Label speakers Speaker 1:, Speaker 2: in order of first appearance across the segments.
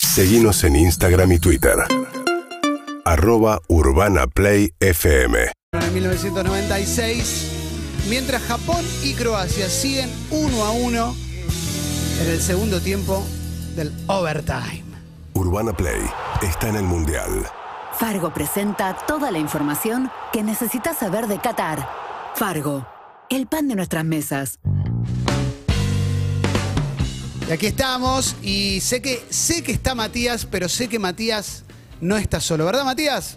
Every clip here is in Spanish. Speaker 1: Seguimos en Instagram y Twitter. Arroba Urbana Play FM.
Speaker 2: En 1996, mientras Japón y Croacia siguen uno a uno en el segundo tiempo del overtime.
Speaker 1: Urbana Play está en el Mundial.
Speaker 3: Fargo presenta toda la información que necesitas saber de Qatar. Fargo, el pan de nuestras mesas.
Speaker 2: Y aquí estamos y sé que sé que está Matías, pero sé que Matías no está solo, ¿verdad Matías?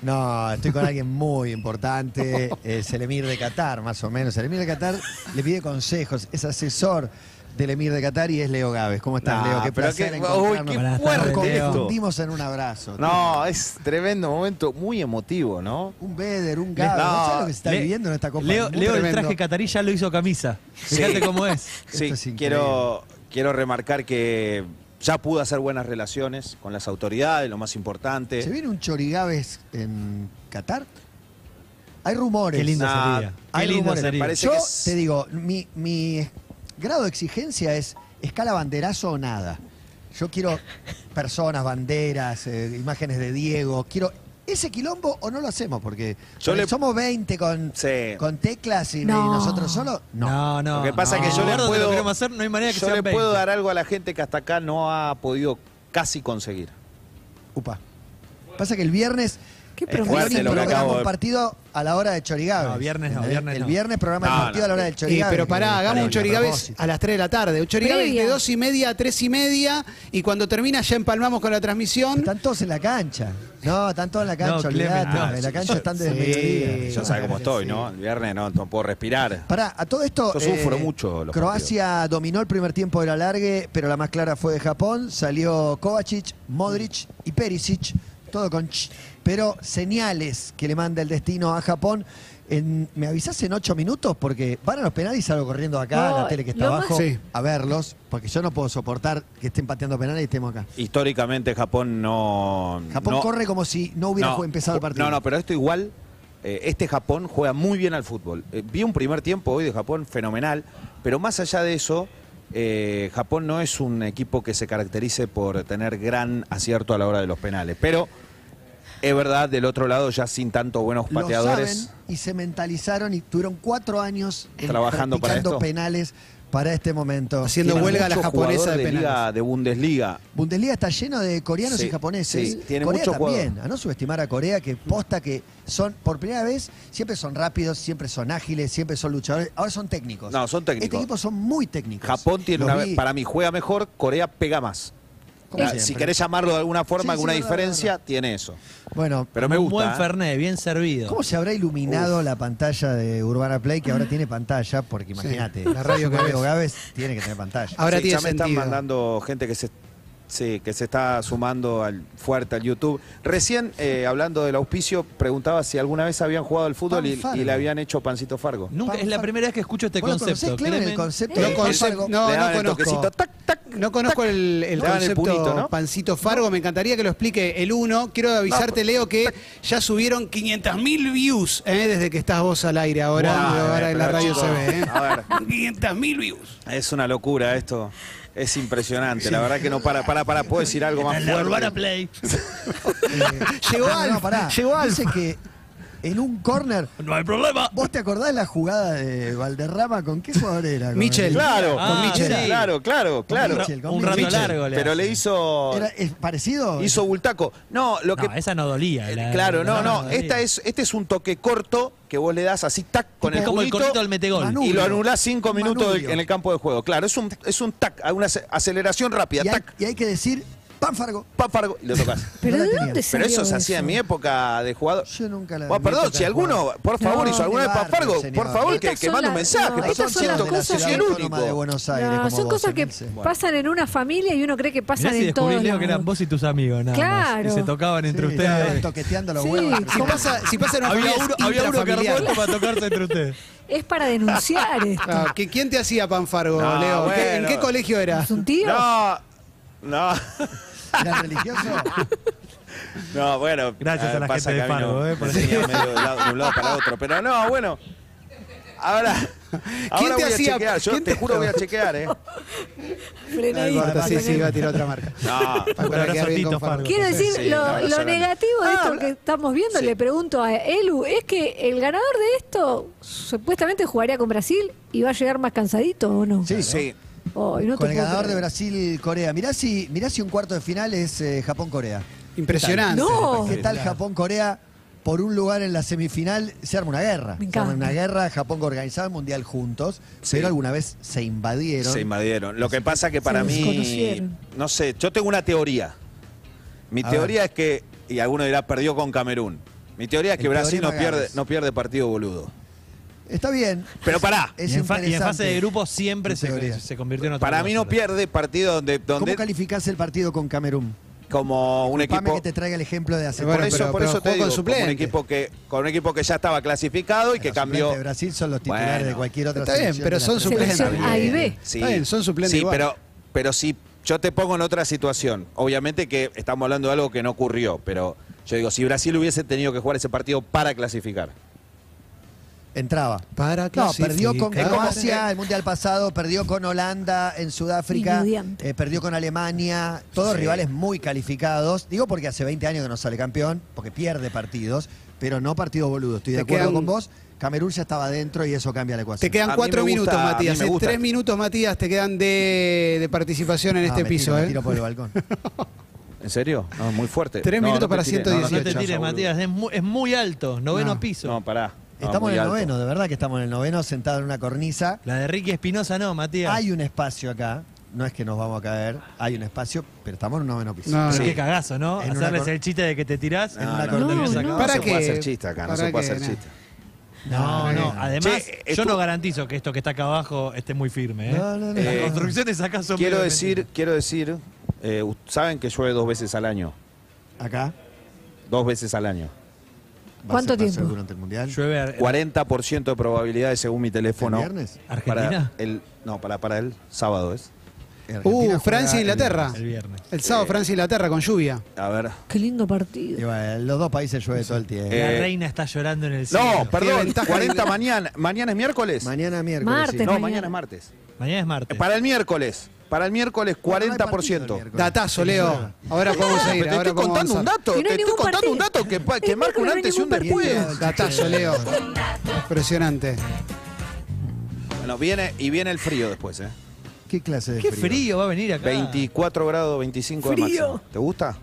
Speaker 4: No, estoy con alguien muy importante, es el emir de Qatar, más o menos. El emir de Qatar le pide consejos, es asesor del emir de Qatar y es Leo Gávez. ¿Cómo estás,
Speaker 5: No,
Speaker 4: Leo? Qué
Speaker 5: pero
Speaker 4: placer
Speaker 5: qué-
Speaker 4: encontrarnos.
Speaker 5: uy, qué
Speaker 4: Nos
Speaker 5: puerco, Leo.
Speaker 4: confundimos en un abrazo.
Speaker 5: No, es tremendo momento, muy emotivo, ¿no?
Speaker 4: Un Beder, un Gávez.
Speaker 5: No,
Speaker 4: No, sabes lo que se está
Speaker 6: Le-
Speaker 4: viviendo en esta copa?
Speaker 6: Leo,
Speaker 4: Muy
Speaker 6: Leo el
Speaker 4: tremendo.
Speaker 6: traje catarí ya lo hizo camisa. Fíjate cómo es.
Speaker 5: Sí,
Speaker 4: Esto es increíble.
Speaker 5: quiero, quiero remarcar que ya pude hacer buenas relaciones con las autoridades, lo más importante.
Speaker 4: ¿Se viene un Chorigaves en Qatar? Hay rumores.
Speaker 6: Qué lindo
Speaker 5: Nah,
Speaker 6: sería. Qué
Speaker 4: Hay
Speaker 6: lindo
Speaker 4: rumores.
Speaker 6: sería.
Speaker 5: Parece
Speaker 4: Yo
Speaker 5: que es-
Speaker 4: te digo, mi, mi grado de exigencia es escala banderazo o nada. Yo quiero personas, banderas, eh, imágenes de Diego. Quiero ese quilombo o no lo hacemos porque
Speaker 5: Yo
Speaker 4: porque
Speaker 5: le-
Speaker 4: somos 20 con,
Speaker 5: Sí.
Speaker 4: con teclas y, y
Speaker 3: No.
Speaker 4: nosotros solo. No.
Speaker 6: No, no.
Speaker 5: Lo que pasa
Speaker 6: no.
Speaker 5: es que yo le
Speaker 6: Eduardo, te lo
Speaker 5: puedo,
Speaker 6: queremos hacer, no hay manera que
Speaker 5: yo
Speaker 6: sean
Speaker 5: le puedo
Speaker 6: 20.
Speaker 5: dar algo a la gente que hasta acá no ha podido casi conseguir.
Speaker 4: Upa. Pasa que el viernes.
Speaker 3: Qué
Speaker 4: el
Speaker 5: fuerte
Speaker 4: viernes
Speaker 5: lo que
Speaker 4: programa
Speaker 5: acabo de-
Speaker 4: compartido a la hora de Chorigabe.
Speaker 6: No, viernes no, viernes
Speaker 4: El
Speaker 6: no.
Speaker 4: viernes programa
Speaker 5: No,
Speaker 4: compartido
Speaker 5: no.
Speaker 4: a la hora del
Speaker 2: Eh,
Speaker 4: Chorigabe.
Speaker 2: pero
Speaker 4: Que-
Speaker 2: pará, hagamos un
Speaker 4: que-
Speaker 2: chorigabes
Speaker 4: propósito.
Speaker 2: a las 3 de la tarde. Un chorigabes de
Speaker 3: Previa.
Speaker 2: 2 y media a 3 y media. Y cuando termina, ya empalmamos con la transmisión.
Speaker 4: Están todos en la cancha. No, están todos en la cancha,
Speaker 6: No, Clemen,
Speaker 4: olvidate.
Speaker 6: no.
Speaker 4: En la cancha están desde el
Speaker 2: Sí.
Speaker 4: mediodía.
Speaker 5: Ya sabes cómo estoy, ¿no? El viernes no, no puedo respirar.
Speaker 4: Pará, a todo esto. eh,
Speaker 5: Yo sufro mucho los
Speaker 4: Croacia dominó el primer tiempo del alargue, pero la más clara fue de Japón. Salió Kovacic, Modric y Perisic, todo con ch, pero señales que le manda el destino a Japón. En- ¿Me avisás en ocho minutos? Porque van a los penales y salgo corriendo acá a la
Speaker 7: No,
Speaker 4: tele que está
Speaker 7: lo más-
Speaker 4: abajo
Speaker 2: Sí.
Speaker 4: a verlos, porque yo no puedo soportar que estén pateando penales y estemos acá.
Speaker 5: Históricamente Japón no...
Speaker 4: Japón
Speaker 5: no-
Speaker 4: corre como si no hubiera
Speaker 5: No,
Speaker 4: jue- empezado el
Speaker 5: ju-
Speaker 4: partido.
Speaker 5: No, no, pero esto igual, eh, este Japón juega muy bien al fútbol. Eh, vi un primer tiempo hoy de Japón fenomenal, pero más allá de eso, eh, Japón no es un equipo que se caracterice por tener gran acierto a la hora de los penales. Pero es verdad, del otro lado, ya sin tantos buenos
Speaker 4: Lo
Speaker 5: pateadores.
Speaker 4: saben y se mentalizaron y tuvieron cuatro años en-
Speaker 5: Trabajando para
Speaker 4: practicando
Speaker 5: esto.
Speaker 4: penales para este momento.
Speaker 2: Así es. haciendo
Speaker 5: Tienen
Speaker 2: huelga a la
Speaker 5: mucho
Speaker 2: japonesa
Speaker 5: jugador
Speaker 2: de
Speaker 5: de, liga
Speaker 2: penales.
Speaker 5: de Bundesliga.
Speaker 4: Bundesliga está lleno de coreanos
Speaker 5: Sí,
Speaker 4: y japoneses.
Speaker 5: sí, tiene
Speaker 4: Corea
Speaker 5: mucho
Speaker 4: también,
Speaker 5: jugador.
Speaker 4: a no subestimar a Corea, que posta que son, por primera vez, siempre son rápidos, siempre son ágiles, siempre son luchadores. Ahora son técnicos.
Speaker 5: No, son técnicos.
Speaker 4: Este equipo son muy técnicos.
Speaker 5: Japón tiene
Speaker 4: Los
Speaker 5: una,
Speaker 4: vi-
Speaker 5: para mí juega mejor, Corea pega más.
Speaker 4: como
Speaker 5: Ah, Si
Speaker 4: siempre.
Speaker 5: querés llamarlo de alguna forma,
Speaker 4: Sí, sí,
Speaker 5: alguna
Speaker 4: verdad,
Speaker 5: diferencia,
Speaker 4: verdad.
Speaker 5: tiene eso.
Speaker 4: Bueno,
Speaker 5: Pero me
Speaker 6: Un
Speaker 5: gusta.
Speaker 6: buen
Speaker 5: ¿eh?
Speaker 6: Fernet, bien servido.
Speaker 4: ¿Cómo se habrá iluminado la pantalla de Urbana Play, que ahora tiene pantalla? Porque imagínate,
Speaker 2: la radio
Speaker 4: Super
Speaker 2: Gávez.
Speaker 4: Leo Gávez tiene que tener pantalla.
Speaker 2: Ahora
Speaker 5: Sí,
Speaker 2: tiene
Speaker 5: ya me están
Speaker 2: sentido.
Speaker 5: mandando gente que se, sí, que se está sumando al fuerte al YouTube. Recién, eh, hablando del auspicio, preguntaba si alguna vez habían jugado al fútbol
Speaker 4: Pan
Speaker 5: y,
Speaker 4: Fargo.
Speaker 5: y le habían hecho pancito Fargo.
Speaker 6: Nunca, es la primera vez que escucho este
Speaker 4: ¿Vos lo
Speaker 6: concepto.
Speaker 4: conocés, Clemen, el
Speaker 6: Clemen?
Speaker 4: concepto?
Speaker 2: No
Speaker 4: Eh,
Speaker 2: conce-
Speaker 4: Fargo.
Speaker 2: no,
Speaker 5: Le
Speaker 2: no
Speaker 5: daban el
Speaker 2: conozco.
Speaker 5: toquecito, tac, tac.
Speaker 2: No conozco el, el
Speaker 5: Le daban el
Speaker 2: concepto
Speaker 5: punito, ¿no?
Speaker 2: pancito Fargo, me encantaría que lo explique el uno. Quiero
Speaker 5: pues,
Speaker 2: avisarte, Leo, que ya subieron 500.000 views eh, desde que estás vos al aire ahora.
Speaker 5: Bueno,
Speaker 2: ahora en la
Speaker 5: pero
Speaker 2: radio
Speaker 5: chicos,
Speaker 2: se ve. eh.
Speaker 5: a ver.
Speaker 2: 500.000 views.
Speaker 5: Es una locura esto. Es impresionante. La verdad que no para, para, para. ¿Puedo decir algo más
Speaker 6: La
Speaker 5: fuerte?
Speaker 6: Urbana Play.
Speaker 2: Llegó
Speaker 4: No, no,
Speaker 2: Alf,
Speaker 4: pará.
Speaker 2: llegó Alf.
Speaker 4: Dice que en un corner
Speaker 6: No hay problema.
Speaker 4: ¿Vos te acordás la jugada de Valderrama? ¿Con qué jugador era? Con
Speaker 2: Michel.
Speaker 4: el-
Speaker 5: Claro,
Speaker 6: Ah,
Speaker 5: con Michel,
Speaker 6: sí.
Speaker 5: claro, claro, claro.
Speaker 4: Mitchell, con
Speaker 6: un rato
Speaker 4: Mitchell.
Speaker 6: largo le
Speaker 5: Pero le
Speaker 6: hace.
Speaker 5: hizo,
Speaker 4: Era, ¿Es parecido?
Speaker 5: hizo bultaco. No, lo que
Speaker 6: No, esa no dolía.
Speaker 5: Eh,
Speaker 6: la-
Speaker 5: claro, no,
Speaker 6: la-
Speaker 5: no.
Speaker 6: la-
Speaker 5: Esta es, este es un toque corto que vos le das así, tac, con
Speaker 6: Es
Speaker 5: el
Speaker 6: como el
Speaker 5: culito
Speaker 6: cortito del metegol.
Speaker 4: Manu-
Speaker 5: y lo anulás cinco
Speaker 4: Un
Speaker 5: minutos del-
Speaker 4: manubrio.
Speaker 5: en el campo de juego. Claro, es un, es un tac, una ace- aceleración rápida,
Speaker 4: y, hay,
Speaker 5: tac,
Speaker 4: y hay que decir, Pánfargo.
Speaker 5: papargo, y lo tocas.
Speaker 4: No
Speaker 7: ¿Pero
Speaker 4: la
Speaker 7: de
Speaker 4: tenía.
Speaker 7: dónde
Speaker 5: Pero
Speaker 7: salió
Speaker 5: eso se hacía en mi época de jugador.
Speaker 4: Yo nunca la
Speaker 5: Bueno,
Speaker 4: vi
Speaker 5: perdón,
Speaker 4: tocar
Speaker 5: si alguno,
Speaker 4: jugar.
Speaker 5: por favor,
Speaker 4: No,
Speaker 5: hizo alguna
Speaker 4: de
Speaker 5: de
Speaker 4: barrio,
Speaker 5: Papargo,
Speaker 4: señor.
Speaker 5: por favor, que,
Speaker 7: Estas
Speaker 5: que
Speaker 7: son
Speaker 5: mande un
Speaker 7: las-
Speaker 5: mensaje.
Speaker 7: no,
Speaker 5: por
Speaker 7: estas
Speaker 5: favor,
Speaker 7: son las
Speaker 5: siento que
Speaker 7: cosas
Speaker 5: soy
Speaker 7: que-
Speaker 5: el único.
Speaker 4: de Buenos Aires.
Speaker 7: No,
Speaker 4: como
Speaker 7: son
Speaker 4: vos,
Speaker 7: cosas que
Speaker 4: Emilce.
Speaker 7: pasan en una familia y uno cree que
Speaker 6: Mirá
Speaker 7: pasan
Speaker 6: si
Speaker 7: en todos
Speaker 6: descubrís, Leo, que eran
Speaker 7: lados.
Speaker 6: vos y tus amigos nada más.
Speaker 7: Claro.
Speaker 6: Y se tocaban entre
Speaker 4: Sí, estaban
Speaker 6: ustedes.
Speaker 4: toqueteando los
Speaker 7: Sí,
Speaker 4: huevos.
Speaker 7: ¿cómo
Speaker 2: Si pasa, si pasa en una
Speaker 6: Había
Speaker 2: familia
Speaker 6: uno, había uno que
Speaker 2: intrafamiliar.
Speaker 6: armó esto para tocarse entre ustedes.
Speaker 7: Es para denunciar esto.
Speaker 2: Ah, ¿qui- ¿Quién te hacía pan Fargo,
Speaker 5: No,
Speaker 2: Leo? ¿Qué- ¿En
Speaker 5: bueno.
Speaker 2: qué colegio era?
Speaker 7: ¿Es un tío?
Speaker 5: No, no,
Speaker 4: ¿Era religioso?
Speaker 5: no, bueno. eh,
Speaker 6: Gracias a la
Speaker 5: pasa
Speaker 6: gente de
Speaker 5: camino,
Speaker 6: Fargo, eh, por
Speaker 5: me
Speaker 6: eso.
Speaker 5: tenía medio de lado- de un lado para otro. Pero no, bueno. Ahora. Ahora
Speaker 2: te
Speaker 5: voy
Speaker 2: hacía-
Speaker 5: a chequear, yo
Speaker 2: quién
Speaker 5: te,
Speaker 2: te-
Speaker 5: juro voy a chequear, ¿eh?
Speaker 2: No
Speaker 7: Frenadito,
Speaker 2: importa, sí, sí,
Speaker 7: frenadito.
Speaker 2: iba a tirar otra marca.
Speaker 5: No.
Speaker 6: Un
Speaker 2: Para quedar
Speaker 6: abrazo a
Speaker 2: bien
Speaker 6: Tito
Speaker 2: con Fargo.
Speaker 6: Fargo.
Speaker 7: Quiero decir,
Speaker 5: Sí, un
Speaker 7: lo,
Speaker 5: abrazo
Speaker 7: lo
Speaker 5: grande.
Speaker 7: negativo de
Speaker 5: Ah,
Speaker 7: esto
Speaker 5: habla-
Speaker 7: que estamos viendo,
Speaker 5: Sí.
Speaker 7: le pregunto a Elu, es que el ganador de esto supuestamente jugaría con Brasil y va a llegar más cansadito o no.
Speaker 5: Sí,
Speaker 7: Ay, no te
Speaker 4: Con el
Speaker 7: puedo
Speaker 4: ganador de
Speaker 7: creer.
Speaker 4: Brasil-Corea. Mirá si, mirá si un cuarto de final es eh, Japón-Corea.
Speaker 2: Impresionante.
Speaker 7: No.
Speaker 4: ¿Qué tal Japón-Corea? Por un lugar en la semifinal se arma una guerra.
Speaker 7: Me
Speaker 4: Se arma
Speaker 7: encanta.
Speaker 4: una guerra, Japón organizada el mundial juntos,
Speaker 5: Sí.
Speaker 4: pero alguna vez se invadieron.
Speaker 5: Se invadieron. Lo que pasa que para
Speaker 7: Se
Speaker 5: mí,
Speaker 7: desconocieron.
Speaker 5: no sé, yo tengo una teoría. Mi
Speaker 4: A
Speaker 5: teoría es que, y alguno dirá, perdió con Camerún. Mi teoría es que
Speaker 4: El
Speaker 5: Brasil no
Speaker 4: teorema
Speaker 5: pierde,
Speaker 4: Gales.
Speaker 5: no pierde partido boludo.
Speaker 4: Está bien.
Speaker 5: Pero pará,
Speaker 4: Es
Speaker 6: y, en fa- y en
Speaker 4: interesante.
Speaker 6: fase de grupo siempre
Speaker 4: En
Speaker 6: se,
Speaker 4: teoría.
Speaker 6: se convirtió en otra
Speaker 5: para mí no
Speaker 6: cosa.
Speaker 5: pierde partido donde,
Speaker 4: ¿Cómo
Speaker 5: donde
Speaker 4: calificás el partido con Camerún?
Speaker 5: como un
Speaker 4: Pame
Speaker 5: equipo.
Speaker 4: que te traiga el ejemplo de hace
Speaker 5: Por
Speaker 2: Bueno,
Speaker 5: eso,
Speaker 2: pero-
Speaker 5: por
Speaker 2: pero
Speaker 5: eso te
Speaker 2: jugó con
Speaker 5: digo, como un
Speaker 2: suplente.
Speaker 5: equipo que, con un equipo que ya estaba clasificado y que
Speaker 4: Los suplentes
Speaker 5: cambió.
Speaker 4: De Brasil son los titulares
Speaker 5: Bueno,
Speaker 4: de cualquier otra
Speaker 2: Está bien,
Speaker 4: selección
Speaker 2: pero
Speaker 4: de las
Speaker 2: son
Speaker 4: tres
Speaker 2: suplentes.
Speaker 7: Selección
Speaker 4: primeras.
Speaker 7: A y B.
Speaker 5: Sí.
Speaker 2: Está bien, son suplentes
Speaker 5: Sí,
Speaker 2: igual.
Speaker 5: pero, pero si yo te pongo en otra situación, obviamente que estamos hablando de algo que no ocurrió, pero yo digo, si Brasil hubiese tenido que jugar ese partido para clasificar.
Speaker 4: Entraba.
Speaker 2: Para
Speaker 4: No, perdió con
Speaker 5: Es
Speaker 2: clasificar.
Speaker 5: como-
Speaker 4: Croacia el Mundial pasado, perdió con Holanda en Sudáfrica,
Speaker 7: Inmediante.
Speaker 4: eh, perdió con Alemania, todos
Speaker 5: Sí.
Speaker 4: rivales muy calificados. Digo porque hace 20 años que no sale campeón, porque pierde partidos, pero no partidos boludos. Estoy de
Speaker 2: Te
Speaker 4: acuerdo
Speaker 2: quedan-
Speaker 4: con vos. Camerún ya estaba adentro y eso cambia la
Speaker 2: Te
Speaker 4: ecuación.
Speaker 2: quedan
Speaker 5: A mí
Speaker 2: cuatro
Speaker 5: me gusta,
Speaker 2: minutos,
Speaker 5: a mí
Speaker 2: Matías.
Speaker 5: me
Speaker 2: eh.
Speaker 5: gusta.
Speaker 2: Tres minutos, Matías, te quedan de, de participación en
Speaker 4: Ah,
Speaker 2: este
Speaker 4: me
Speaker 2: piso.
Speaker 4: tiro, me
Speaker 2: eh.
Speaker 4: tiro por el balcón.
Speaker 5: ¿En serio? No, muy fuerte.
Speaker 2: Tres
Speaker 5: No,
Speaker 2: minutos
Speaker 5: no te
Speaker 2: para
Speaker 5: tires,
Speaker 6: No,
Speaker 5: no,
Speaker 6: no, no te
Speaker 2: 18,
Speaker 6: tires, Matías, es muy, es muy alto, noveno
Speaker 2: No.
Speaker 6: piso.
Speaker 5: No, pará. No,
Speaker 4: Estamos
Speaker 5: muy
Speaker 4: en el
Speaker 5: alto.
Speaker 4: noveno, de verdad que estamos en el noveno, sentado en una cornisa.
Speaker 6: La de Ricky Espinosa no, Matías.
Speaker 4: Hay un espacio acá, no es que nos vamos a caer, hay un espacio, pero estamos en un noveno piso.
Speaker 2: No,
Speaker 6: Pero
Speaker 2: no.
Speaker 6: Qué cagazo, ¿no?
Speaker 4: En una
Speaker 6: Hacerles
Speaker 4: cor-
Speaker 6: el chiste de que te tirás
Speaker 5: No,
Speaker 6: en una
Speaker 5: no,
Speaker 6: cortina
Speaker 7: no,
Speaker 6: que
Speaker 7: no.
Speaker 6: sacás.
Speaker 5: No
Speaker 2: ¿Para
Speaker 5: se
Speaker 2: qué?
Speaker 5: puede hacer chiste acá, no
Speaker 2: ¿Para
Speaker 5: se puede
Speaker 2: qué?
Speaker 5: hacer
Speaker 2: No.
Speaker 5: chiste.
Speaker 6: No, no, además
Speaker 5: Che,
Speaker 6: yo
Speaker 5: estu-
Speaker 6: no garantizo que esto que está acá abajo esté muy firme. ¿eh?
Speaker 4: No, no, no.
Speaker 6: Las
Speaker 5: Eh,
Speaker 6: construcciones acá son
Speaker 5: Quiero
Speaker 6: medio
Speaker 5: decir, quiero decir, eh, u- saben que llueve dos veces al año.
Speaker 4: Acá.
Speaker 5: Dos veces al año.
Speaker 4: va a
Speaker 7: ¿Cuánto
Speaker 4: ser- va a ser
Speaker 7: tiempo?
Speaker 4: Durante el mundial.
Speaker 6: mentiras. Llueve ar-
Speaker 5: 40% de probabilidades según mi teléfono.
Speaker 4: ¿El viernes?
Speaker 5: Para
Speaker 6: ¿Argentina?
Speaker 5: el, no, para, para el sábado es.
Speaker 4: Argentina
Speaker 2: Uh, Francia e
Speaker 4: juega el-
Speaker 2: Inglaterra.
Speaker 6: el viernes.
Speaker 2: El
Speaker 5: Eh.
Speaker 2: sábado, Francia e Inglaterra con lluvia.
Speaker 5: A ver.
Speaker 7: Qué lindo partido.
Speaker 4: Y bueno, en los dos países llueve todo el tiempo.
Speaker 5: Eh,
Speaker 6: La reina está llorando en el cielo.
Speaker 5: No, perdón,
Speaker 2: ventaja
Speaker 5: 40 mañana. ¿Mañana es miércoles?
Speaker 4: Mañana miércoles.
Speaker 7: Martes.
Speaker 4: sí.
Speaker 5: No,
Speaker 7: Mañana.
Speaker 5: mañana es martes.
Speaker 6: Mañana es
Speaker 5: Eh,
Speaker 6: martes.
Speaker 5: Para el miércoles. Para el miércoles,
Speaker 4: Bueno, no hay partido
Speaker 5: 40%.
Speaker 4: el miércoles.
Speaker 2: Datazo, Leo. Ahora podemos
Speaker 5: Pero
Speaker 2: seguir.
Speaker 5: te
Speaker 2: ahora
Speaker 5: estoy
Speaker 2: podemos
Speaker 5: contando un
Speaker 2: avanzar.
Speaker 5: dato,
Speaker 7: Y no hay
Speaker 5: te estoy
Speaker 7: ningún
Speaker 5: contando un
Speaker 7: partido.
Speaker 5: dato que, pa- que
Speaker 7: El
Speaker 5: marca un
Speaker 7: miércoles no hay
Speaker 5: antes y un
Speaker 7: ningún
Speaker 5: después.
Speaker 6: eh.
Speaker 2: Datazo, Leo. Impresionante.
Speaker 5: Bueno, viene, y viene el frío después, ¿eh?
Speaker 4: ¿Qué clase de
Speaker 6: Qué frío va a venir acá.
Speaker 5: 24 grados, 25 de
Speaker 7: Frío.
Speaker 5: máximo. ¿Te gusta?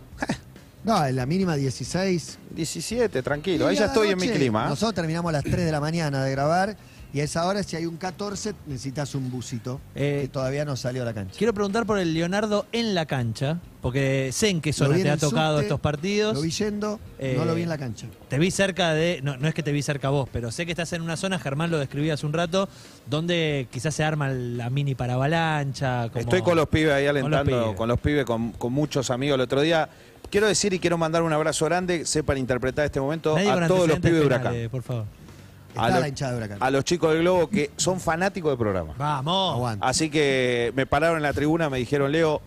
Speaker 4: No, en la mínima 16.
Speaker 5: 17, tranquilo. Ahí
Speaker 4: Y
Speaker 5: ya
Speaker 4: a la
Speaker 5: estoy en mi
Speaker 4: noche,
Speaker 5: clima. ¿eh?
Speaker 4: Nosotros terminamos a las 3 de la mañana de grabar y a esa hora, si hay un 14, necesitas un busito
Speaker 6: Eh,
Speaker 4: que todavía no salió a la cancha.
Speaker 6: Quiero preguntar por el Leonardo en la cancha, porque sé en qué
Speaker 4: Lo
Speaker 6: zona
Speaker 4: vi en
Speaker 6: te ha
Speaker 4: el
Speaker 6: tocado
Speaker 4: subte,
Speaker 6: estos partidos.
Speaker 4: Lo vi yendo,
Speaker 6: Eh,
Speaker 4: no lo vi en la cancha.
Speaker 6: Te vi cerca de, no, no es que te vi cerca vos, pero sé que estás en una zona, Germán lo describí hace un rato, donde quizás se arma la mini para avalancha. como-
Speaker 5: Estoy con los pibes ahí alentando,
Speaker 6: pibes.
Speaker 5: con los pibes, con, con muchos amigos. El otro día quiero decir y quiero mandar un abrazo grande, sepan interpretar este momento,
Speaker 6: Nadie con
Speaker 5: a todos los
Speaker 6: antecedentes
Speaker 5: pibes de Huracán.
Speaker 6: penales, Por favor.
Speaker 4: Está
Speaker 5: lo-
Speaker 4: la hinchada de Huracán.
Speaker 5: a los chicos del Globo que son fanáticos del programa.
Speaker 6: Vamos.
Speaker 4: Aguante.
Speaker 5: Así que me pararon en la tribuna, me dijeron, Leo,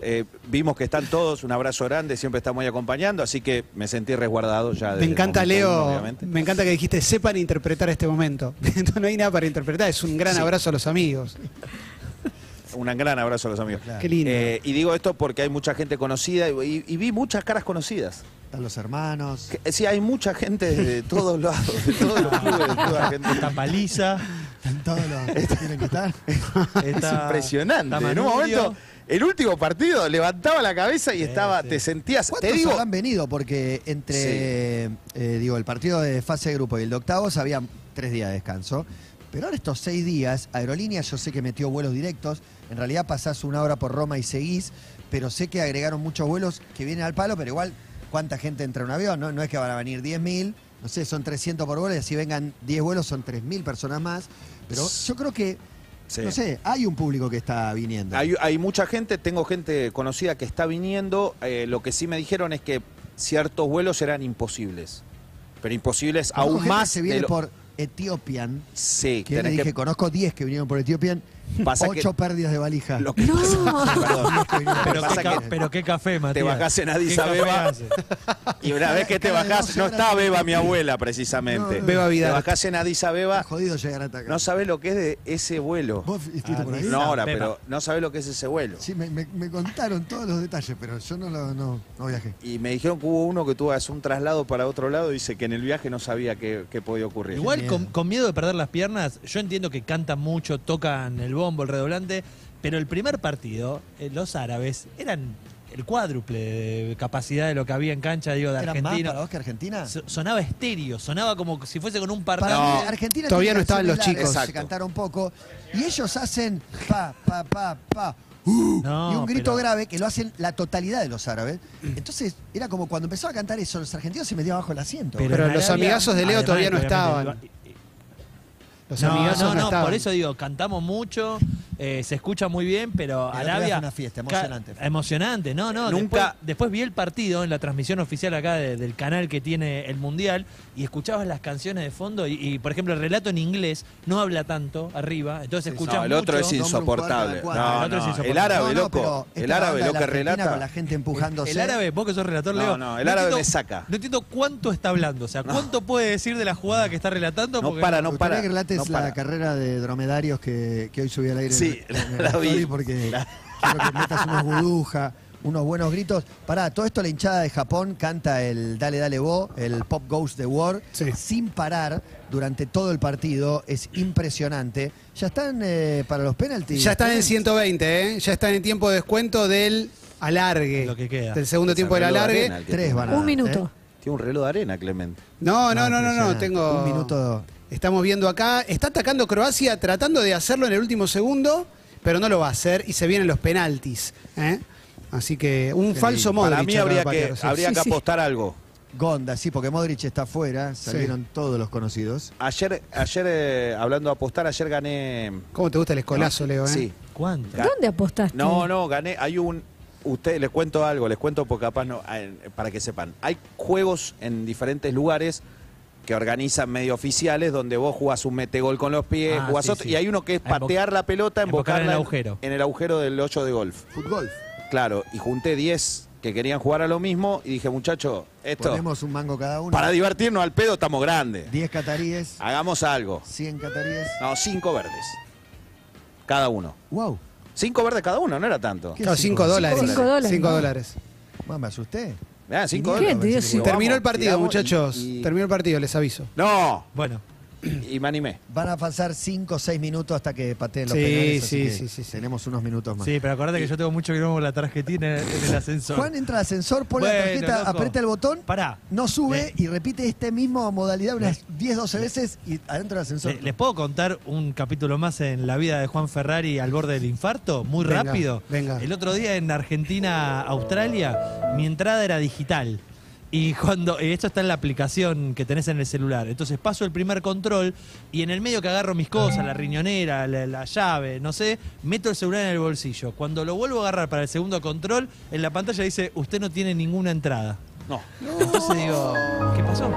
Speaker 5: eh, vimos que están todos, un abrazo grande, siempre estamos ahí acompañando, así que me sentí resguardado ya.
Speaker 2: Me
Speaker 5: desde el
Speaker 2: encanta,
Speaker 5: momento
Speaker 2: Leo.
Speaker 5: uno, obviamente.
Speaker 2: me encanta que dijiste, sepan interpretar este momento. no hay nada para interpretar. Es un gran abrazo a los amigos.
Speaker 5: Un gran abrazo a los amigos.
Speaker 2: Qué lindo.
Speaker 5: Eh, y digo esto porque hay mucha gente conocida y- y vi muchas caras conocidas.
Speaker 4: Están los hermanos.
Speaker 5: Que- eh, Sí, hay mucha gente de todos lados, de todos los clubes, de toda la gente.
Speaker 6: Está Paliza,
Speaker 4: Están todos los que tienen que estar.
Speaker 5: Es
Speaker 6: está-
Speaker 2: Ah,
Speaker 5: impresionante.
Speaker 6: está
Speaker 5: En un
Speaker 6: Manubrio.
Speaker 5: momento, el último partido, levantaba la cabeza y estaba, te sentías, te
Speaker 4: ¿Cuántos
Speaker 5: digo,
Speaker 4: habrán venido? Porque entre eh, digo, el partido de fase de grupo y el de octavos había tres días de descanso. Pero ahora estos seis días, Aerolínea yo sé que metió vuelos directos. En realidad pasás una hora por Roma y seguís. Pero sé que agregaron muchos vuelos que vienen al palo, pero igual, ¿cuánta gente entra en un avión? No, no es que van a venir 10.000. No sé, son 300 por vuelo y así vengan 10 vuelos, son 3.000 personas más. Pero yo creo que,
Speaker 5: Sí.
Speaker 4: no sé, hay un público que está viniendo.
Speaker 5: hay, hay mucha gente, tengo gente conocida que está viniendo. eh, lo que sí me dijeron es que ciertos vuelos eran imposibles, pero imposibles
Speaker 4: Conozco
Speaker 5: aún
Speaker 4: gente
Speaker 5: más.
Speaker 4: que Se
Speaker 5: de
Speaker 4: viene
Speaker 5: lo-
Speaker 4: por Ethiopian.
Speaker 5: Sí,
Speaker 4: Que le
Speaker 5: tenés
Speaker 4: dije,
Speaker 5: que-
Speaker 4: conozco 10 que vinieron por Etiopía
Speaker 5: Pasa que
Speaker 4: Ocho pérdidas de valija.
Speaker 5: lo que
Speaker 7: No.
Speaker 5: pasa- perdón.
Speaker 6: Pero,
Speaker 5: Pasa
Speaker 6: qué, ca-
Speaker 5: que-
Speaker 6: pero qué café, Matías.
Speaker 5: bajás en Addis
Speaker 6: ¿Qué café
Speaker 5: Abeba.
Speaker 6: hace?
Speaker 5: Y una vez que te
Speaker 4: Cada- cada
Speaker 5: bajás,
Speaker 4: doce
Speaker 5: no
Speaker 4: horas
Speaker 5: está
Speaker 4: tiene
Speaker 5: Beba,
Speaker 4: que-
Speaker 5: mi abuela, precisamente.
Speaker 4: No, no.
Speaker 2: Beba
Speaker 5: Te
Speaker 2: Vidal.
Speaker 5: bajás en Addis Abeba,
Speaker 4: Es jodido llegar hasta acá.
Speaker 5: no sabés lo que es de ese vuelo.
Speaker 8: ¿Vos estuviste
Speaker 2: Ah,
Speaker 8: por ahí?
Speaker 5: No ahora,
Speaker 6: Beba.
Speaker 5: pero no sabés lo que es ese vuelo.
Speaker 8: Sí, me, me- me contaron todos los detalles, pero yo no, lo- no, no viajé.
Speaker 5: Y me dijeron que hubo uno que tuvo que hacer un traslado para otro lado y dice que en el viaje no sabía qué, qué podía ocurrir.
Speaker 6: Igual
Speaker 8: miedo.
Speaker 6: con, con miedo de perder las piernas, yo entiendo que cantan mucho, tocan el bombo, el redoblante, pero el primer partido, eh, los árabes, eran el cuádruple de capacidad de lo que había en cancha, digo, de
Speaker 4: ¿Eran más para
Speaker 6: Argentina.
Speaker 4: vos que Argentina?
Speaker 6: So- sonaba estéreo, sonaba como si fuese con un
Speaker 4: Para
Speaker 6: partido.
Speaker 4: mí, Argentina
Speaker 2: Todavía
Speaker 4: tiene
Speaker 2: no estaban los
Speaker 4: canciones largas,
Speaker 5: chicos.
Speaker 4: Se
Speaker 5: Exacto.
Speaker 4: cantaron poco. Y ellos hacen pa, pa, pa, pa.
Speaker 6: No,
Speaker 4: y un grito
Speaker 6: pero-
Speaker 4: grave que lo hacen la totalidad de los árabes. Entonces, era como cuando empezaba a cantar eso, los argentinos se metían bajo el asiento.
Speaker 2: Pero
Speaker 6: en
Speaker 2: los amigazos de Leo
Speaker 6: además,
Speaker 2: todavía no
Speaker 6: obviamente,
Speaker 2: estaban.
Speaker 6: el-
Speaker 2: Los
Speaker 6: no,
Speaker 2: amigazos
Speaker 6: no, no,
Speaker 2: estaban.
Speaker 6: por eso digo, cantamos mucho, eh, se escucha muy bien, pero
Speaker 4: otro día
Speaker 6: Arabia.
Speaker 4: fue una fiesta,
Speaker 6: ca-
Speaker 4: emocionante.
Speaker 6: Emocionante, no, no.
Speaker 5: Nunca-
Speaker 6: Después, después vi el partido en la transmisión oficial acá de- del canal que tiene el Mundial y escuchabas las canciones de fondo y, y, por ejemplo, el relato en inglés no habla tanto arriba, entonces escuchás
Speaker 5: No, el otro es
Speaker 6: mucho.
Speaker 4: in-
Speaker 5: insoportable.
Speaker 4: Nombra un cuadro,
Speaker 5: No,
Speaker 6: el otro es
Speaker 5: no,
Speaker 6: insoportable.
Speaker 5: el árabe,
Speaker 4: No, no,
Speaker 5: loco.
Speaker 4: pero
Speaker 5: El
Speaker 4: esta
Speaker 5: árabe,
Speaker 4: banda de
Speaker 5: lo
Speaker 4: la
Speaker 5: que
Speaker 4: Argentina Con la
Speaker 5: relata.
Speaker 4: gente empujándose.
Speaker 6: El árabe, vos que sos relator,
Speaker 5: No,
Speaker 6: Leo.
Speaker 5: no, el árabe me saca.
Speaker 6: No entiendo cuánto está hablando, o sea, cuánto puede decir de la jugada que está relatando.
Speaker 5: No
Speaker 6: porque-
Speaker 5: para,
Speaker 8: Me
Speaker 5: no
Speaker 8: gustaría
Speaker 5: para.
Speaker 8: que relates
Speaker 5: no
Speaker 8: la
Speaker 5: para.
Speaker 8: carrera de dromedarios que, que hoy subí al aire. en-
Speaker 5: Sí,
Speaker 8: en el
Speaker 5: la vi.
Speaker 8: story Porque quiero que metas unos
Speaker 4: burbuja, unos buenos gritos. Pará, todo esto la hinchada de Japón canta el Dale Dale Bo, el Pop Goes the War,
Speaker 2: Sí.
Speaker 4: sin parar durante todo el partido. Es impresionante. Ya están eh, para los penaltis.
Speaker 2: Ya están en 120, ¿eh? Ya están en tiempo de descuento del alargue.
Speaker 6: Lo que queda.
Speaker 2: Del segundo tiempo del
Speaker 5: Reloj de
Speaker 2: alargue.
Speaker 5: arena, el que
Speaker 4: Tres
Speaker 5: tiene.
Speaker 4: van a
Speaker 7: Un
Speaker 4: dar,
Speaker 7: minuto.
Speaker 4: ¿eh?
Speaker 5: Tiene un reloj de arena, Clemente.
Speaker 2: No, no, no, no, no,
Speaker 4: impresionante.
Speaker 2: tengo.
Speaker 4: Un minuto.
Speaker 2: Estamos viendo acá. Está atacando Croacia tratando de hacerlo en el último segundo, pero no lo va a hacer y se vienen los penaltis. ¿eh? Así que un falso Modric.
Speaker 5: Para mí
Speaker 2: acaba de
Speaker 5: habría que,
Speaker 2: patear, sí.
Speaker 5: habría
Speaker 2: Sí,
Speaker 5: que
Speaker 2: sí.
Speaker 5: apostar algo.
Speaker 4: Gonda, sí, porque Modric está afuera. Salieron todos los conocidos.
Speaker 5: Ayer, ayer eh, hablando de apostar, ayer gané.
Speaker 2: ¿Cómo te gusta el escolazo, Leo? ¿eh?
Speaker 5: Sí.
Speaker 6: ¿Cuánto?
Speaker 7: ¿Dónde apostaste?
Speaker 5: No, no, gané. Hay un. Ustedes les cuento algo, les cuento porque capaz no. eh, Para que sepan. Hay juegos en diferentes lugares que organizan medio oficiales donde vos jugás un metegol con los pies,
Speaker 6: Ah,
Speaker 5: jugás
Speaker 6: sí,
Speaker 5: otro,
Speaker 6: sí.
Speaker 5: y hay uno que es
Speaker 6: A emboc-
Speaker 5: patear la pelota,
Speaker 6: embocarla
Speaker 5: embocarla
Speaker 6: en el agujero.
Speaker 5: en el agujero del hoyo de golf.
Speaker 8: Fútbol.
Speaker 5: Claro, y junté 10 que querían jugar a lo mismo y dije, muchacho, esto
Speaker 4: Ponemos un mango cada uno.
Speaker 5: para divertirnos al pedo estamos grandes.
Speaker 4: 10 cataríes,
Speaker 5: Hagamos algo.
Speaker 4: 100 cataríes.
Speaker 5: No, cinco verdes. Cada uno.
Speaker 4: ¡Wow!
Speaker 5: Cinco verdes cada uno, no era tanto.
Speaker 4: ¿Qué
Speaker 2: Claro,
Speaker 4: cinco?
Speaker 2: 5 dólares.
Speaker 7: Cinco dólares,
Speaker 2: Cinco
Speaker 7: ¿no?
Speaker 2: dólares.
Speaker 4: Mamá, me asusté.
Speaker 5: Ah, cinco
Speaker 7: ¿Qué
Speaker 5: verdes.
Speaker 7: Dios?
Speaker 5: Vamos,
Speaker 2: Terminó el partido,
Speaker 5: tiramos y-
Speaker 2: muchachos.
Speaker 5: y-
Speaker 2: Terminó el partido, les aviso.
Speaker 5: No,
Speaker 6: Bueno,
Speaker 5: y me animé.
Speaker 4: Van a pasar 5 o 6 minutos hasta que pateen los
Speaker 2: Sí,
Speaker 4: penales. así
Speaker 2: sí,
Speaker 4: que
Speaker 2: sí, sí, sí.
Speaker 4: Tenemos unos minutos más.
Speaker 6: sí, pero acordate que yo tengo mucho que ver con la tarjetina en el ascensor.
Speaker 4: Juan entra al ascensor, pone la
Speaker 6: Bueno,
Speaker 4: tarjeta,
Speaker 6: loco.
Speaker 4: aprieta el botón,
Speaker 6: Pará.
Speaker 4: no sube
Speaker 6: Eh.
Speaker 4: y repite esta misma modalidad unas 10, 12 veces y adentro del ascensor.
Speaker 6: Le- ¿Les puedo contar un capítulo más en la vida de Juan Ferrari al borde del infarto? Muy
Speaker 2: Venga,
Speaker 6: rápido.
Speaker 2: venga.
Speaker 6: El otro día en Argentina, Australia, mi entrada era digital. Y cuando eh, esto está en la aplicación que tenés en el celular, entonces paso el primer control y en el medio que agarro mis cosas, la riñonera, la, la llave, no sé, meto el celular en el bolsillo. Cuando lo vuelvo a agarrar para el segundo control, en la pantalla dice, usted no tiene ninguna entrada.
Speaker 5: No.
Speaker 6: Entonces digo, ¿qué pasó?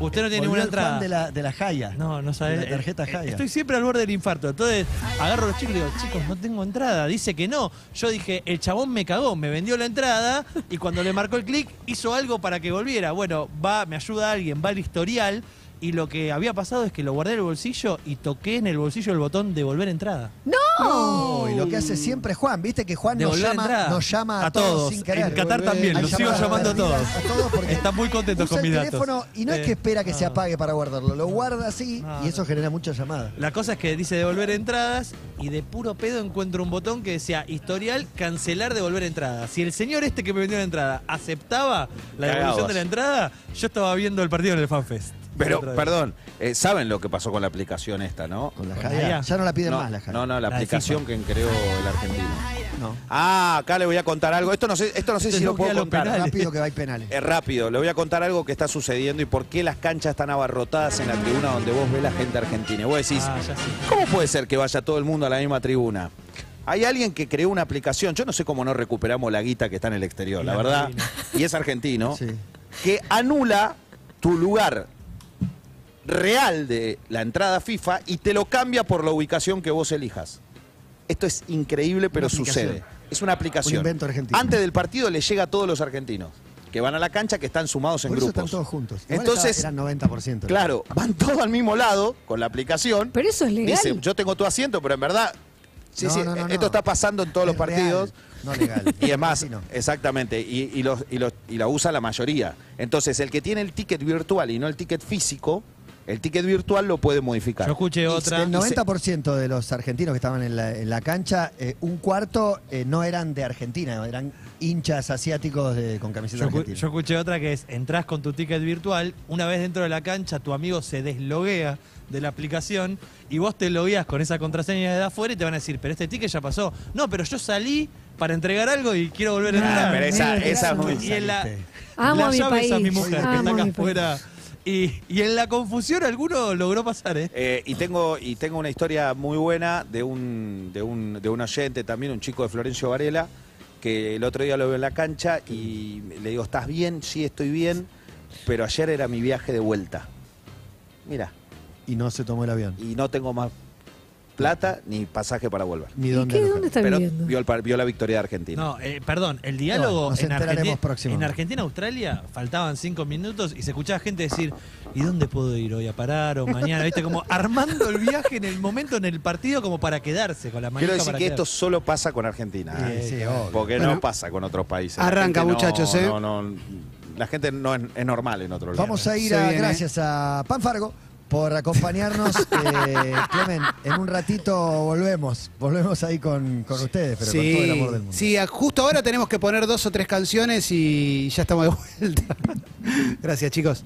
Speaker 6: Usted no tiene
Speaker 4: Volvió
Speaker 6: ninguna
Speaker 4: el Juan
Speaker 6: entrada.
Speaker 4: de la, de la Jaya.
Speaker 6: No, no sabes.
Speaker 4: De La tarjeta Jaya.
Speaker 6: Estoy siempre al borde del infarto. Entonces agarro los chicos y digo, chicos, no tengo entrada. Dice que no. Yo dije, el chabón me cagó, me vendió la entrada y cuando le marcó el clic hizo algo para que volviera. Bueno, va, me ayuda alguien, va al historial y lo que había pasado es que lo guardé en el bolsillo y toqué en el bolsillo el botón de volver entrada.
Speaker 4: No, y lo que hace siempre Juan, viste que Juan nos
Speaker 6: Devolver
Speaker 4: llama,
Speaker 6: entrada.
Speaker 4: nos llama a,
Speaker 6: A todos.
Speaker 4: sin querer.
Speaker 6: En Qatar también,
Speaker 4: Hay
Speaker 6: los sigo
Speaker 4: llamadas
Speaker 6: llamando a todos.
Speaker 4: perdidas a todos porque
Speaker 6: Están muy contentos
Speaker 4: usa
Speaker 6: con
Speaker 4: el
Speaker 6: mis datos.
Speaker 4: teléfono y no es
Speaker 6: Eh,
Speaker 4: que espera que se
Speaker 6: no.
Speaker 4: apague para guardarlo, lo guarda así
Speaker 6: No,
Speaker 4: y eso
Speaker 6: no.
Speaker 4: genera muchas llamadas.
Speaker 6: La cosa es que dice devolver entradas y de puro pedo encuentro un botón que decía historial, cancelar, devolver entradas. Si el señor este que me vendió la entrada aceptaba la
Speaker 5: Cagabas.
Speaker 6: devolución de la entrada, yo estaba viendo el partido en el FanFest.
Speaker 5: Pero,
Speaker 6: Otra vez.
Speaker 5: perdón, eh, ¿saben lo que pasó con la aplicación esta, no?
Speaker 4: Con la
Speaker 6: Con
Speaker 4: Jaya,
Speaker 6: la Jaya.
Speaker 4: ya no la piden
Speaker 5: No,
Speaker 4: más la Jaya.
Speaker 5: no, no, la,
Speaker 6: La de
Speaker 5: aplicación que creó el argentino.
Speaker 4: No.
Speaker 5: Ah, acá le voy a contar algo. Esto no sé, esto no sé
Speaker 6: Esto
Speaker 5: si
Speaker 6: es
Speaker 5: lo
Speaker 6: lo
Speaker 5: puedo
Speaker 6: que a los
Speaker 5: contar.
Speaker 6: penales.
Speaker 4: Rápido que va a ir penales.
Speaker 5: Es rápido, le voy a contar algo que está sucediendo y por qué las canchas están abarrotadas en la tribuna donde vos ves la gente argentina. Y vos decís,
Speaker 6: Ah, ya sé.
Speaker 5: ¿Cómo puede ser que vaya todo el mundo a la misma tribuna? Hay alguien que creó una aplicación, yo no sé cómo no recuperamos la guita que está en el exterior, la
Speaker 6: Y
Speaker 5: verdad,
Speaker 6: argentino.
Speaker 5: y es argentino,
Speaker 4: Sí.
Speaker 5: que anula tu lugar real de la entrada FIFA y te lo cambia por la ubicación que vos elijas. Esto es increíble, pero
Speaker 8: Una aplicación.
Speaker 5: sucede. Es una aplicación.
Speaker 8: Un invento argentino.
Speaker 5: Antes del partido le llega a todos los argentinos que van a la cancha, que están sumados en
Speaker 8: Por eso
Speaker 5: grupos.
Speaker 8: están todos juntos. Igual
Speaker 5: Entonces,
Speaker 8: estaba- eran 90%. ¿no?
Speaker 5: claro, van todos al mismo lado con la aplicación.
Speaker 7: Pero eso es legal.
Speaker 5: Dicen, yo tengo tu asiento, pero en verdad, sí,
Speaker 8: No,
Speaker 5: sí,
Speaker 8: no, no,
Speaker 5: esto
Speaker 8: no.
Speaker 5: está pasando en todos los
Speaker 8: Es real,
Speaker 5: partidos.
Speaker 8: no legal.
Speaker 5: Y es más,
Speaker 8: Así no.
Speaker 5: exactamente, y, y los, y, los- y la usa la mayoría. Entonces, el que tiene el ticket virtual y no el ticket físico, el ticket virtual lo puede modificar.
Speaker 6: Yo escuché otra.
Speaker 4: El 90% de los argentinos que estaban en la, en la cancha, eh, un cuarto eh, no eran de Argentina, eran hinchas asiáticos de- con camiseta
Speaker 6: Yo, escu-
Speaker 4: argentina.
Speaker 6: yo escuché otra que es, entras con tu ticket virtual, una vez dentro de la cancha tu amigo se desloguea de la aplicación y vos te logueas con esa contraseña de afuera y te van a decir, pero este ticket ya pasó. No, pero yo salí para entregar algo y quiero volver a entrar.
Speaker 5: Ah, pero esa-
Speaker 8: mira,
Speaker 5: esa es muy-
Speaker 6: y en la,
Speaker 7: Amo
Speaker 6: la
Speaker 7: a mi
Speaker 6: llave es a
Speaker 7: país.
Speaker 6: mi mujer que
Speaker 7: Amo
Speaker 6: está
Speaker 7: a
Speaker 6: acá
Speaker 7: mi país.
Speaker 6: afuera. Y, y en la confusión alguno logró pasar, ¿eh?
Speaker 5: Eh, y tengo y tengo una historia muy buena de un, de un de un oyente también, un chico de Florencio Varela, que el otro día lo veo en la cancha y le digo, ¿estás bien? Sí, estoy bien, pero ayer era mi viaje de vuelta. Mira,
Speaker 4: Y no se tomó el avión.
Speaker 5: y no tengo más plata ni pasaje para volver.
Speaker 4: Ni
Speaker 7: ¿Y
Speaker 4: dónde.
Speaker 7: qué,
Speaker 4: alojar.
Speaker 7: dónde está
Speaker 5: Pero
Speaker 7: viviendo?
Speaker 5: vio, el par- vio la victoria de Argentina.
Speaker 6: No, eh, perdón, el diálogo
Speaker 4: No, nos
Speaker 6: en,
Speaker 4: enteraremos
Speaker 6: Argenti-
Speaker 4: próximamente.
Speaker 6: en Argentina, Australia, faltaban cinco minutos y se escuchaba gente decir, ¿y dónde puedo ir hoy a parar o mañana? ¿Viste? Como armando el viaje en el momento, en el partido, como para quedarse con la manija
Speaker 5: Quiero decir
Speaker 6: para
Speaker 5: que esto
Speaker 6: quedarse.
Speaker 5: solo pasa con Argentina. ¿eh?
Speaker 4: Sí, sí, obvio.
Speaker 5: Porque no
Speaker 2: Bueno.
Speaker 5: pasa con otros países. La
Speaker 2: Arranca,
Speaker 5: gente no-
Speaker 2: muchachos, ¿eh?
Speaker 5: no- no- la gente no es, es normal en otro lugar.
Speaker 4: Vamos a ir
Speaker 2: Se
Speaker 4: a,
Speaker 2: viene.
Speaker 4: gracias a Panfargo por acompañarnos. eh, Clemen, en un ratito volvemos. Volvemos ahí con, con ustedes, pero con todo el amor del mundo.
Speaker 2: sí, a- justo ahora tenemos que poner dos o tres canciones y ya estamos de vuelta. Gracias, chicos.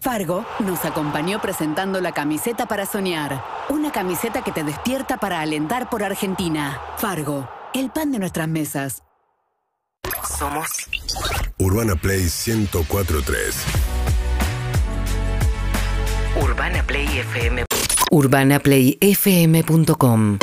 Speaker 3: Fargo nos acompañó presentando la camiseta para soñar. Una camiseta que te despierta para alentar por Argentina. Fargo, el pan de nuestras mesas. Somos
Speaker 1: Urbana Play 1043.
Speaker 3: UrbanaPlayFM.com.